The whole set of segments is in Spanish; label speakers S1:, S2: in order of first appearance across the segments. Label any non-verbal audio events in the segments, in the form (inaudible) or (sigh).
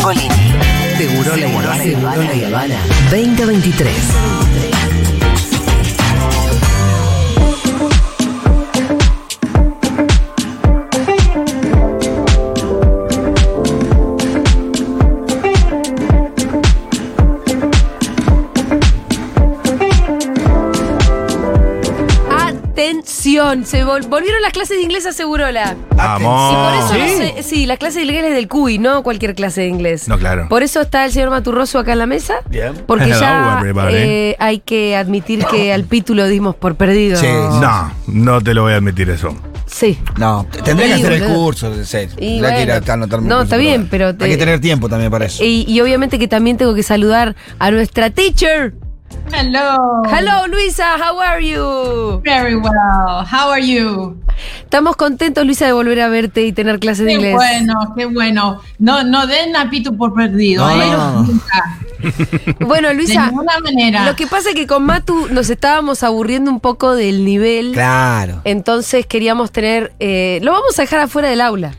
S1: Folín.
S2: Seguro la
S1: Seguro La
S2: Habana.
S1: Habana.
S2: Seguro La Habana. 2023.
S3: Atención, se vol- volvieron las clases de inglés a Segurola. Y por
S4: Vamos.
S3: eso no sé- sí, las clases de inglés es del CUI, no cualquier clase de inglés.
S4: No, claro.
S3: Por eso está el señor Maturroso acá en la mesa.
S5: Bien.
S3: Porque
S4: Hello,
S3: ya
S4: everybody.
S3: eh, hay que admitir que al Pitu lo dimos por perdido.
S5: Sí,
S4: Eh, No, no te lo voy a admitir eso.
S3: Sí.
S5: No, t- tendría que
S3: Sí,
S5: hacer el
S3: boludo.
S5: curso, en serio. Tendría
S3: Y
S5: que ir a
S3: bueno.
S5: anotarme un
S3: No,
S5: curso,
S3: está bien, pero te-
S5: Hay que tener tiempo también para eso.
S3: Y, y obviamente que también tengo que saludar a nuestra teacher.
S6: Hello.
S3: Hello, Luisa, how are you?
S6: Very well. How are you?
S3: Estamos contentos, Luisa, de volver a verte y tener clases de
S6: Qué
S3: inglés.
S6: bueno, qué bueno. No, no den a Pitu por perdido.
S5: No,
S6: ¿eh?
S5: no, no.
S6: Nunca.
S3: Bueno,
S6: De
S3: Luisa,
S6: ninguna manera.
S3: lo que pasa es que con Matu nos estábamos aburriendo un poco del nivel.
S5: Claro.
S3: Entonces queríamos tener. eh, lo vamos a dejar afuera del aula.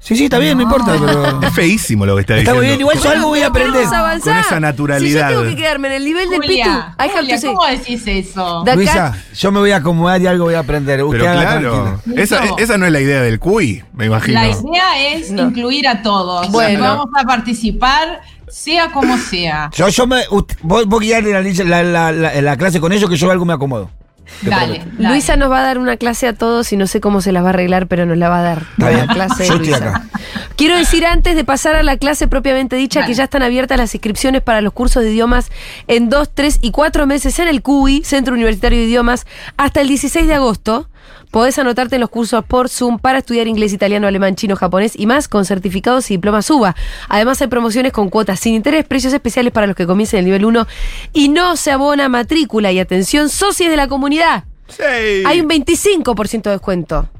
S5: Sí, sí, está bien, no, importa, (laughs) pero.
S4: Es feísimo lo que está
S5: Está
S4: diciendo.
S5: muy bien, igual yo algo voy a aprender.
S3: Vamos a avanzar.
S4: Con esa naturalidad.
S3: Si yo tengo que quedarme en el nivel del Pitu,
S6: Julia,
S3: I have
S6: Julia,
S3: to say,
S6: ¿cómo decís eso?
S3: de acá-
S5: Luisa, yo me voy a acomodar y algo voy a aprender. Usted
S4: Pero
S5: haga
S4: claro,
S5: tranquila.
S4: esa,
S6: No.
S4: esa no es la idea del CUI, me imagino.
S6: La idea es
S3: No.
S6: incluir a todos.
S3: Bueno.
S6: Vamos a participar, sea como sea.
S5: Yo, yo me. Usted, vos, vos guiarle la, la, la, la- la clase con ellos que yo algo me acomodo. Te
S6: Dale.
S5: prometo.
S6: dale.
S3: Luisa nos va a dar una clase a todos y no sé cómo se las va a arreglar, pero nos la va a dar.
S5: Está bien.
S3: La clase de
S5: Yo estoy
S3: Luisa.
S5: acá.
S3: Quiero decir antes de pasar a la clase propiamente dicha
S6: Dale.
S3: que ya están abiertas las inscripciones para los cursos de idiomas en dos, tres y cuatro meses en el CUI, Centro Universitario de Idiomas, hasta el 16 de agosto. Podés anotarte en los cursos por Zoom para estudiar inglés, italiano, alemán, chino, japonés y más con certificados y diplomas UBA. Además hay promociones con cuotas sin interés, precios especiales para los que comiencen el nivel 1 y no se abona matrícula. Y atención, socios de la comunidad.
S4: Sí.
S3: Hay un 25% de descuento.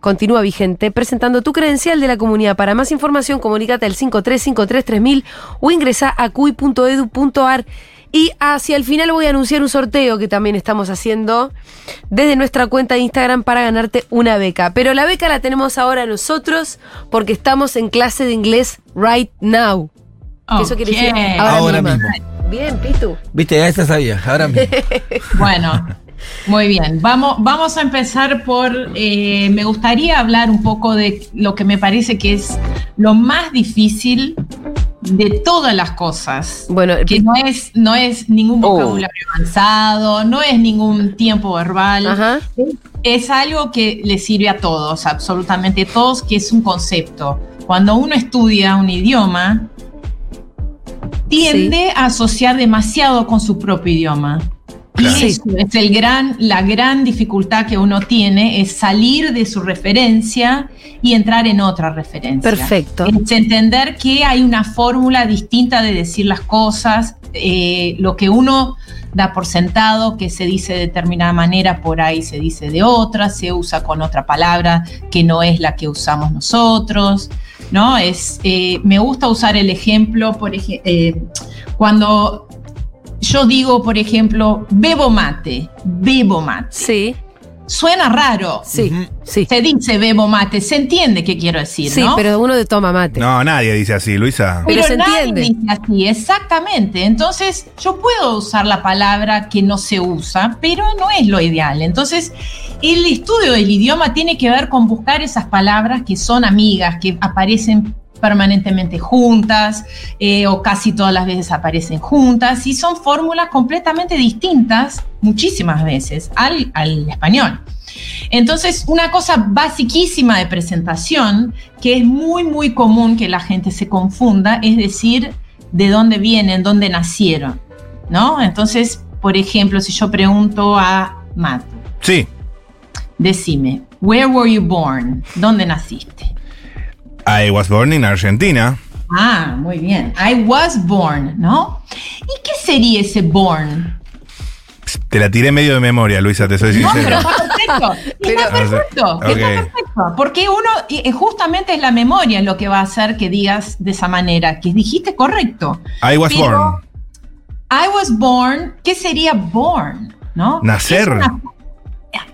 S3: Continúa vigente presentando tu credencial de la comunidad. Para más información, comunícate al 53533000 o ingresa a cui.edu.ar. Y hacia el final voy a anunciar un sorteo que también estamos haciendo desde nuestra cuenta de Instagram para ganarte una beca. Pero la beca la tenemos ahora nosotros porque estamos en clase de inglés right now. Que Eso quiere
S6: Ok.
S3: decir ahora,
S5: Ahora
S3: mismo. (laughs) Bien, Pitu.
S5: Viste, ya esta sabía. Ahora
S3: (laughs)
S5: mismo.
S6: Bueno, muy bien. Vamos, vamos a empezar por, eh, me gustaría hablar un poco de lo que me parece que es lo más difícil de todas las cosas.
S3: Bueno,
S6: Que no es, no es ningún
S5: Oh.
S6: vocabulario avanzado, no es ningún tiempo verbal.
S3: ajá.
S6: Es algo que le sirve a todos, absolutamente todos, que es un concepto. Cuando uno estudia un idioma, tiende a asociar demasiado con su propio idioma. Y
S4: Claro.
S3: Sí.
S6: eso es el gran, la gran dificultad que uno tiene, es salir de su referencia y entrar en otra referencia.
S3: Perfecto.
S6: Es entender que hay una fórmula distinta de decir las cosas, eh, lo que uno da por sentado, que se dice de determinada manera, por ahí se dice de otra, se usa con otra palabra que no es la que usamos nosotros, ¿no? Es, eh, me gusta usar el ejemplo, por ej- eh, cuando yo digo, por ejemplo, bebo mate, bebo mate,
S3: Sí,
S6: suena raro,
S3: sí,
S5: Ujú.
S3: sí.
S6: se dice bebo mate, se entiende qué quiero decir,
S3: Sí,
S6: ¿no?
S3: pero uno de toma mate.
S4: No, nadie dice así, Luisa.
S3: Pero
S6: Pero,
S3: se
S6: nadie
S3: entiende.
S6: dice así, exactamente. Entonces, yo puedo usar la palabra que no se usa, pero no es lo ideal. Entonces, el estudio del idioma tiene que ver con buscar esas palabras que son amigas, que aparecen permanentemente juntas eh, o casi todas las veces aparecen juntas y son fórmulas completamente distintas muchísimas veces al, al español. Entonces, una cosa basiquísima de presentación que es muy, muy común que la gente se confunda es decir de dónde vienen, dónde nacieron, ¿no? Entonces, por ejemplo, si yo pregunto a Matt,
S4: Sí.
S6: decime, where were you born? ¿Dónde naciste?
S4: I was born in Argentina.
S6: Ah, muy bien. I was born, ¿no? ¿Y qué sería ese born?
S4: Te la tiré medio de memoria, Luisa, te soy
S6: No,
S4: sincero.
S6: pero está perfecto.
S4: (laughs)
S6: Está
S4: Pero-
S6: perfecto.
S4: Ok.
S6: Está perfecto. Porque uno, eh, justamente es la memoria lo que va a hacer que digas de esa manera, que dijiste correcto.
S4: I was
S6: Pero-
S4: born.
S6: I was born, ¿qué sería born? ¿No?
S4: Nacer.
S6: Es una-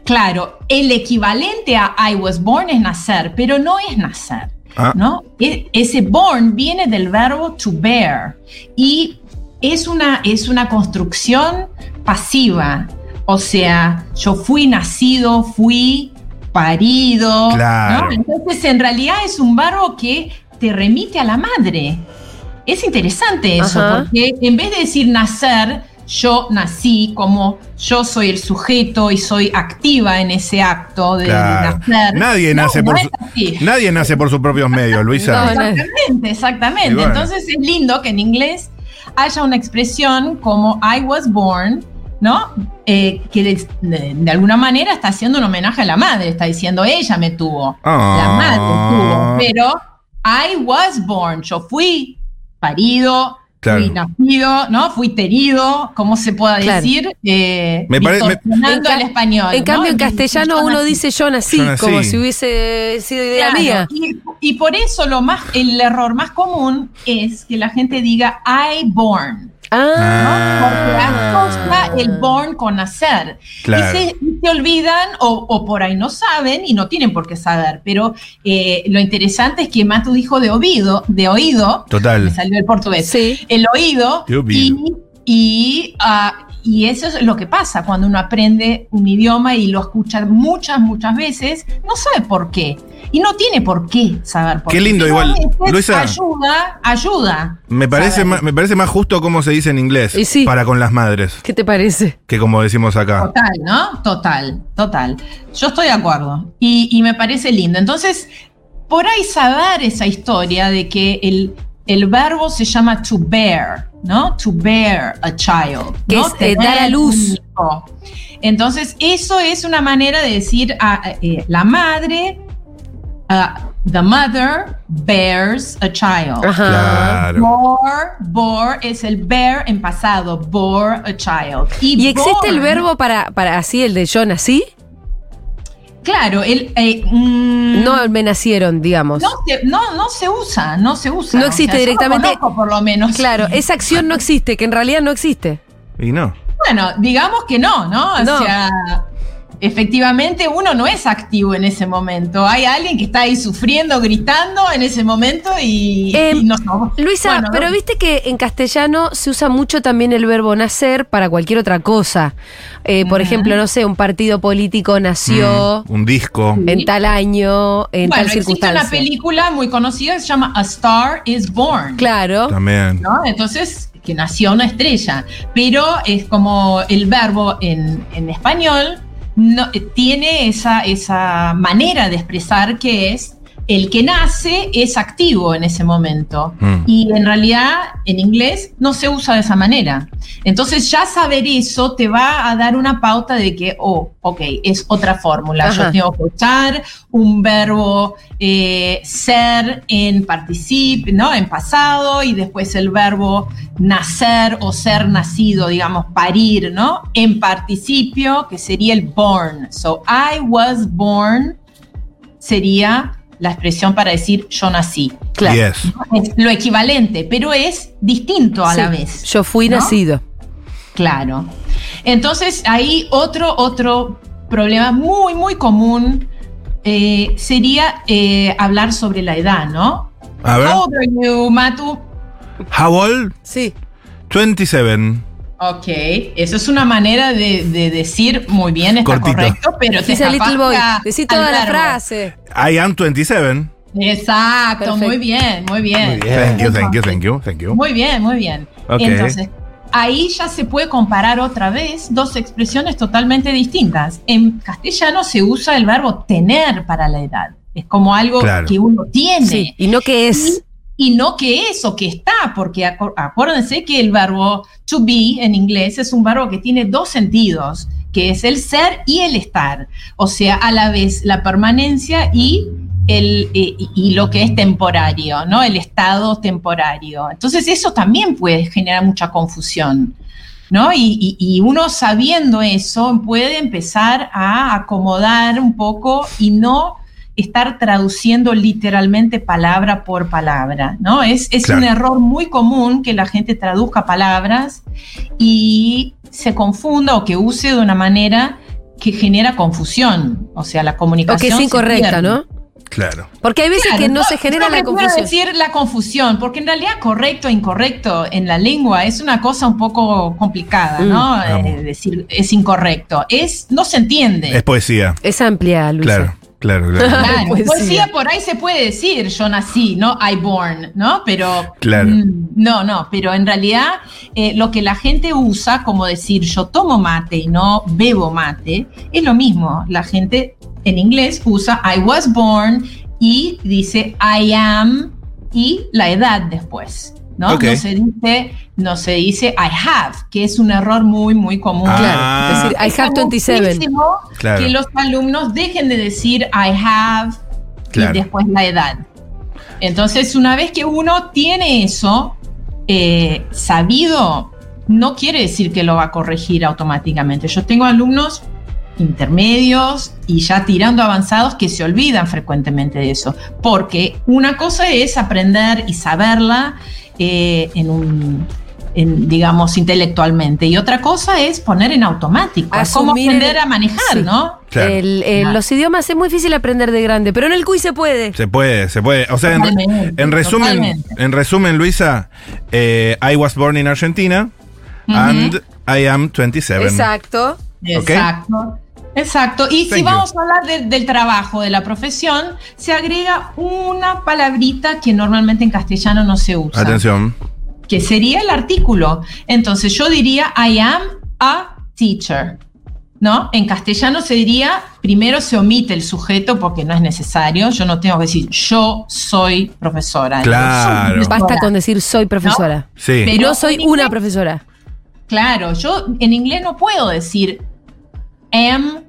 S6: claro, el equivalente a I was born es nacer, pero no es nacer.
S4: Ah.
S6: ¿no? E- ese born viene del verbo to bear y es una, es una construcción pasiva. O sea, yo fui nacido, fui parido.
S4: Claro.
S6: ¿no? Entonces, en realidad es un verbo que te remite a la madre. Es interesante eso,
S3: Ajá.
S6: porque en vez de decir nacer, yo nací como yo soy el sujeto y soy activa en ese acto de, de
S4: Claro.
S6: nacer.
S4: Nadie
S6: No,
S4: nace
S6: no
S4: por
S6: es
S4: su-
S6: así.
S4: nadie nace por sus propios medios, Luisa.
S3: No,
S6: Exactamente, exactamente.
S4: Y bueno.
S6: Entonces es lindo que en inglés haya una expresión como I was born, ¿no? Eh, que de, de- de alguna manera está haciendo un homenaje a la madre, está diciendo ella me tuvo, la
S4: Ah.
S6: madre tuvo, pero I was born, yo fui parido.
S4: Claro.
S6: Fui nacido, ¿no? Fui terido, ¿cómo se pueda
S3: Claro.
S6: decir? Eh,
S4: Me pare- me-
S3: En
S6: distorsionando
S3: ca-
S6: al español.
S3: En
S6: Ah, ¿no?
S3: cambio, en
S6: Entonces,
S3: castellano
S6: yo
S3: uno
S6: nací.
S3: dice yo nací,
S4: Yo nací.
S3: como si hubiese sido idea
S6: Claro,
S3: mía.
S6: Y, y por eso lo más, el error más común es que la gente diga I born. ¿no?
S3: Ah,
S6: Porque asocia el born con nacer.
S4: Claro.
S6: Y se, y se olvidan o, o por ahí no saben y no tienen por qué saber. Pero eh, lo interesante es que Matu dijo de oído, de oído, me
S4: Total.
S6: salió el portugués,
S3: sí.
S6: el oído
S4: De oído.
S6: y, y, ah, y eso es lo que pasa cuando uno aprende un idioma y lo escucha muchas, muchas veces, no sabe por qué. Y no tiene por qué saber por
S4: Qué
S6: qué.
S4: lindo,
S6: Pero a
S4: igual,
S6: veces
S4: Luisa.
S6: Ayuda, ayuda.
S4: Me parece,
S6: saber.
S4: ma- me parece más justo cómo se dice en inglés
S3: Y sí.
S4: para con las madres
S3: ¿Qué te parece?
S4: que como decimos
S3: Ah.
S4: acá.
S6: Total, ¿no? Total, total. Yo estoy de acuerdo y, y me parece lindo. Entonces, por ahí saber esa historia de que el, el verbo se llama to bear, ¿no? To bear a child.
S3: Que
S6: ¿no?
S3: es, eh, dar a
S6: Tener
S3: luz.
S6: un hijo. Entonces, eso es una manera de decir a, eh, la madre, ah, the mother bears a child.
S3: Ajá.
S6: Ah.
S4: Claro.
S6: Bore, bore es el bear en pasado, bore a child.
S3: ¿Y existe el
S6: born-
S3: verbo para, para así, el de yo nací?
S6: Claro, el, eh, mm,
S3: No me nacieron, digamos.
S6: no, se, no, no se usa, no se usa.
S3: No existe
S6: yo lo
S3: directamente.
S6: conozco, por lo menos.
S3: Claro, esa acción no existe, que en realidad no existe.
S4: Y no.
S6: Bueno, digamos que no, ¿no? O
S3: No.
S6: sea, efectivamente uno no es activo en ese momento. Hay alguien que está ahí sufriendo, gritando en ese momento y,
S3: Eh,
S6: y no somos-
S3: Luisa,
S6: Bueno,
S3: pero viste que en castellano se usa mucho también el verbo nacer para cualquier otra cosa. Eh, por
S6: Ujú.
S3: ejemplo, no sé, un partido político nació
S4: Mm, un disco.
S3: en tal año, en
S6: bueno,
S3: tal
S6: existe
S3: circunstancia.
S6: una película muy conocida que se llama A Star is Born.
S3: Claro.
S4: También.
S6: ¿no? Entonces, que nació una estrella. Pero es como el verbo en, en español no, eh, tiene esa, esa manera de expresar que es el que nace es activo en ese momento.
S4: Mm.
S6: Y en realidad en inglés no se usa de esa manera. Entonces ya saber eso te va a dar una pauta de que, oh, ok, es otra fórmula.
S3: Ajá.
S6: Yo tengo que usar un verbo eh, ser en participio, ¿no? En pasado y después el verbo nacer o ser nacido, digamos, parir, ¿no? En participio, que sería el born. So I was born sería la expresión para decir yo nací
S3: Claro.
S4: Yes.
S6: es lo equivalente, pero es distinto a la
S3: Sí,
S6: vez.
S3: Yo fui
S6: ¿no?
S3: nacido.
S6: Claro. Entonces, ahí otro, otro problema muy, muy común eh, sería eh, hablar sobre la edad, ¿no?
S4: A ver.
S6: How old are you, Matu?
S4: How old?
S3: Sí.
S4: 27.
S6: Ok, eso es una manera de, de decir muy bien, está
S4: Cortito.
S6: correcto, pero te
S3: Dice a Little Boy.
S6: escapaste a-
S3: Decí
S6: al
S3: toda la
S6: verbo.
S3: frase.
S4: I am 27.
S6: Exacto, muy
S3: Perfecto.
S6: bien, muy bien.
S4: Thank you, thank you, thank you, thank you.
S6: Muy bien, muy bien.
S4: Ok.
S6: Entonces, ahí ya se puede comparar otra vez dos expresiones totalmente distintas. En castellano se usa el verbo tener para la edad. Es como algo
S4: Claro.
S6: que uno tiene.
S3: Sí. Y no que es.
S6: Y no que eso, que está, porque acu- acuérdense que el verbo to be en inglés es un verbo que tiene dos sentidos, que es el ser y el estar. O sea, a la vez la permanencia y, el, eh, y, y lo que es temporario, ¿no? El estado temporario. Entonces, eso también puede generar mucha confusión. ¿No? Y, y- y uno sabiendo eso puede empezar a acomodar un poco y no estar traduciendo literalmente palabra por palabra, ¿no? Es, es
S4: Claro.
S6: un error muy común que la gente traduzca palabras y se confunda o que use de una manera que genera confusión, o sea, la
S3: O
S6: comunicación.
S3: que es
S6: se
S3: incorrecta,
S6: pierde.
S3: ¿no?
S4: Claro.
S3: Porque hay veces
S6: Claro,
S3: que no, se
S6: yo
S3: genera la
S6: prefiero
S3: confusión.
S6: decir la confusión, porque en realidad correcto e incorrecto en la lengua es una cosa un poco complicada,
S3: Mm.
S6: ¿no?
S4: Vamos.
S6: Eh, decir es incorrecto, es no se entiende.
S4: Es poesía.
S3: Es amplia, Luisa.
S4: Claro, claro, (laughs) claro.
S6: (laughs) Claro,
S3: Poesía.
S6: poesía. Pues por ahí se puede decir, yo nací, ¿no? I born, ¿no? Pero.
S4: Claro.
S6: mm, no, no, pero en realidad eh, lo que la gente usa como decir yo tomo mate y no bebo mate es lo mismo. La gente en inglés usa I was born y dice I am y la edad después. ¿no?
S4: Ok.
S6: no se dice, no se dice I have, que es un error muy, muy común.
S4: Ah,
S3: Claro. Es decir, I have 27.
S6: Muchísimo
S4: Claro.
S6: que los alumnos dejen de decir I have
S4: Claro.
S6: y después la edad. Entonces, una vez que uno tiene eso eh, sabido, no quiere decir que lo va a corregir automáticamente. Yo tengo alumnos intermedios y ya tirando avanzados que se olvidan frecuentemente de eso, porque una cosa es aprender y saberla eh, en un, en, digamos, intelectualmente, y otra cosa es poner en automático, es como
S3: Asumir
S6: aprender
S3: el-
S6: a manejar,
S3: sí.
S6: ¿no?
S4: Claro.
S3: El- el-
S6: Claro.
S3: Los idiomas es muy difícil aprender de grande, pero en el CUI se puede.
S4: Se puede, se puede. O sea, en,
S6: Totalmente,
S4: en resumen,
S6: totalmente.
S4: en resumen, Luisa, eh, I was born in Argentina
S6: Ujú.
S4: and I am 27.
S3: Exacto.
S4: ¿Ok?
S6: Exacto. Exacto. Y
S4: Thank
S6: si
S4: you.
S6: vamos a hablar de- del trabajo, de la profesión, se agrega una palabrita que normalmente en castellano no se usa,
S4: Atención.
S6: que sería el artículo. Entonces yo diría I am a teacher. ¿No? En castellano se diría, primero se omite el sujeto porque no es necesario. Yo no tengo que decir yo soy profesora.
S4: Claro.
S6: Yo soy
S3: Basta
S6: profesora.
S3: con decir soy profesora.
S4: Sí. Eh,
S6: Pero
S3: No soy
S6: en
S3: una
S6: inglés-
S3: profesora.
S6: Claro, yo en inglés no puedo decir am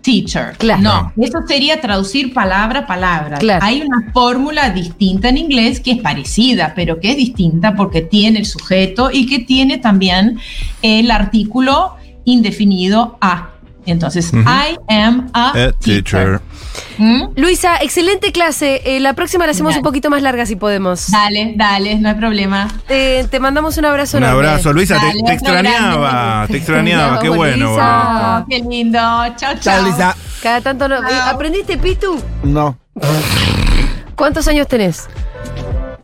S6: teacher.
S3: Claro.
S6: No, eso sería traducir palabra a palabra.
S3: Claro.
S6: Hay una fórmula distinta en inglés que es parecida, pero que es distinta porque tiene el sujeto y que tiene también el artículo indefinido a. Entonces,
S4: Ujú.
S6: I am a,
S4: Eh, teacher.
S6: teacher. ¿Mm?
S3: Luisa, excelente clase. Eh, la próxima la hacemos
S6: Dale.
S3: un poquito más larga si podemos.
S6: Dale, dale, no hay problema.
S3: Eh, te mandamos un abrazo
S4: Un
S3: enorme.
S4: abrazo, Luisa. Te,
S6: Dale,
S4: te
S6: otro
S4: extrañaba,
S6: grande.
S4: te extrañaba. Qué
S3: Bravo,
S4: bueno.
S3: Luisa.
S4: boludo.
S6: Oh, qué lindo. Chao,
S5: Chao,
S6: chao.
S5: Lisa.
S3: Cada tanto no- eh,
S6: Chao.
S3: ¿Aprendiste, Pitu?
S5: No.
S3: ¿Cuántos años tenés?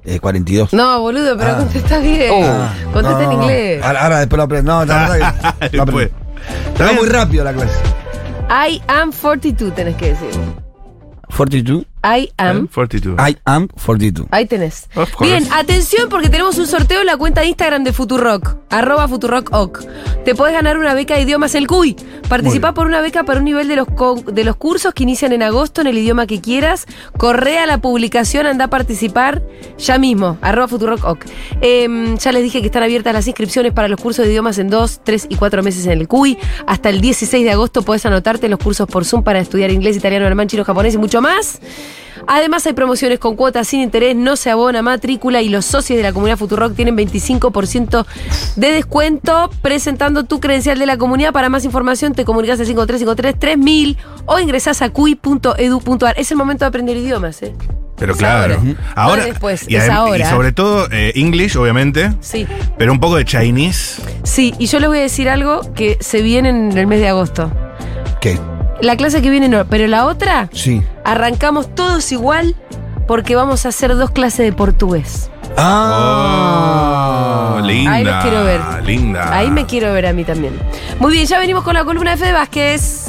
S5: Eh, 42.
S3: No, boludo, pero
S5: Ah.
S3: contesta bien.
S5: Ah, no, Ah. no,
S3: contesta en
S5: no.
S3: inglés.
S5: Ahora, ahora después lo aprendo. No, la verdad
S4: (laughs)
S5: que lo
S4: Después.
S5: aprendo. Está muy rápido la clase.
S3: I am 42, tenés que decir.
S5: 42.
S3: I
S4: Eh,
S3: am.
S4: 42.
S5: I am 42.
S3: Ahí tenés.
S4: Of course.
S3: Bien, atención porque tenemos un sorteo en la cuenta de Instagram de Futurock, arroba Futurock.oc. Te podés ganar una beca de idiomas el CUI. Participá por una beca para un nivel de los, con- de los cursos que inician en agosto en el idioma que quieras. Corre a la publicación, anda a participar ya mismo, arroba Futurock.oc. Em, ya les dije que están abiertas las inscripciones para los cursos de idiomas en 2, 3 y 4 meses en el CUI. Hasta el 16 de agosto podés anotarte en los cursos por Zoom para estudiar inglés, italiano, alemán, chino, japonés y mucho más. Además hay promociones con cuotas sin interés, no se abona matrícula y los socios de la comunidad Futurock tienen 25% de descuento presentando tu credencial de la comunidad. Para más información te comunicas al 5353-3000 o ingresás a cui.edu.ar. Es el momento de aprender idiomas, ¿eh?
S4: Pero
S3: Es
S4: claro.
S3: ahora.
S4: Ahora.
S3: No es después,
S4: y,
S3: es
S4: adem- y
S3: ahora.
S4: sobre todo, eh, English, obviamente.
S3: Sí.
S4: Pero un poco de Chinese.
S3: Sí, y yo les voy a decir algo que se viene en el mes de agosto.
S5: ¿Qué?
S3: La clase que viene no, pero la otra
S5: Sí.
S3: arrancamos todos igual porque vamos a hacer dos clases de portugués.
S5: Ah.
S4: Oh, linda.
S3: Ahí los quiero ver.
S4: Linda.
S3: Ahí me quiero ver a mí también. Muy bien, ya venimos con la columna de Fede Vázquez.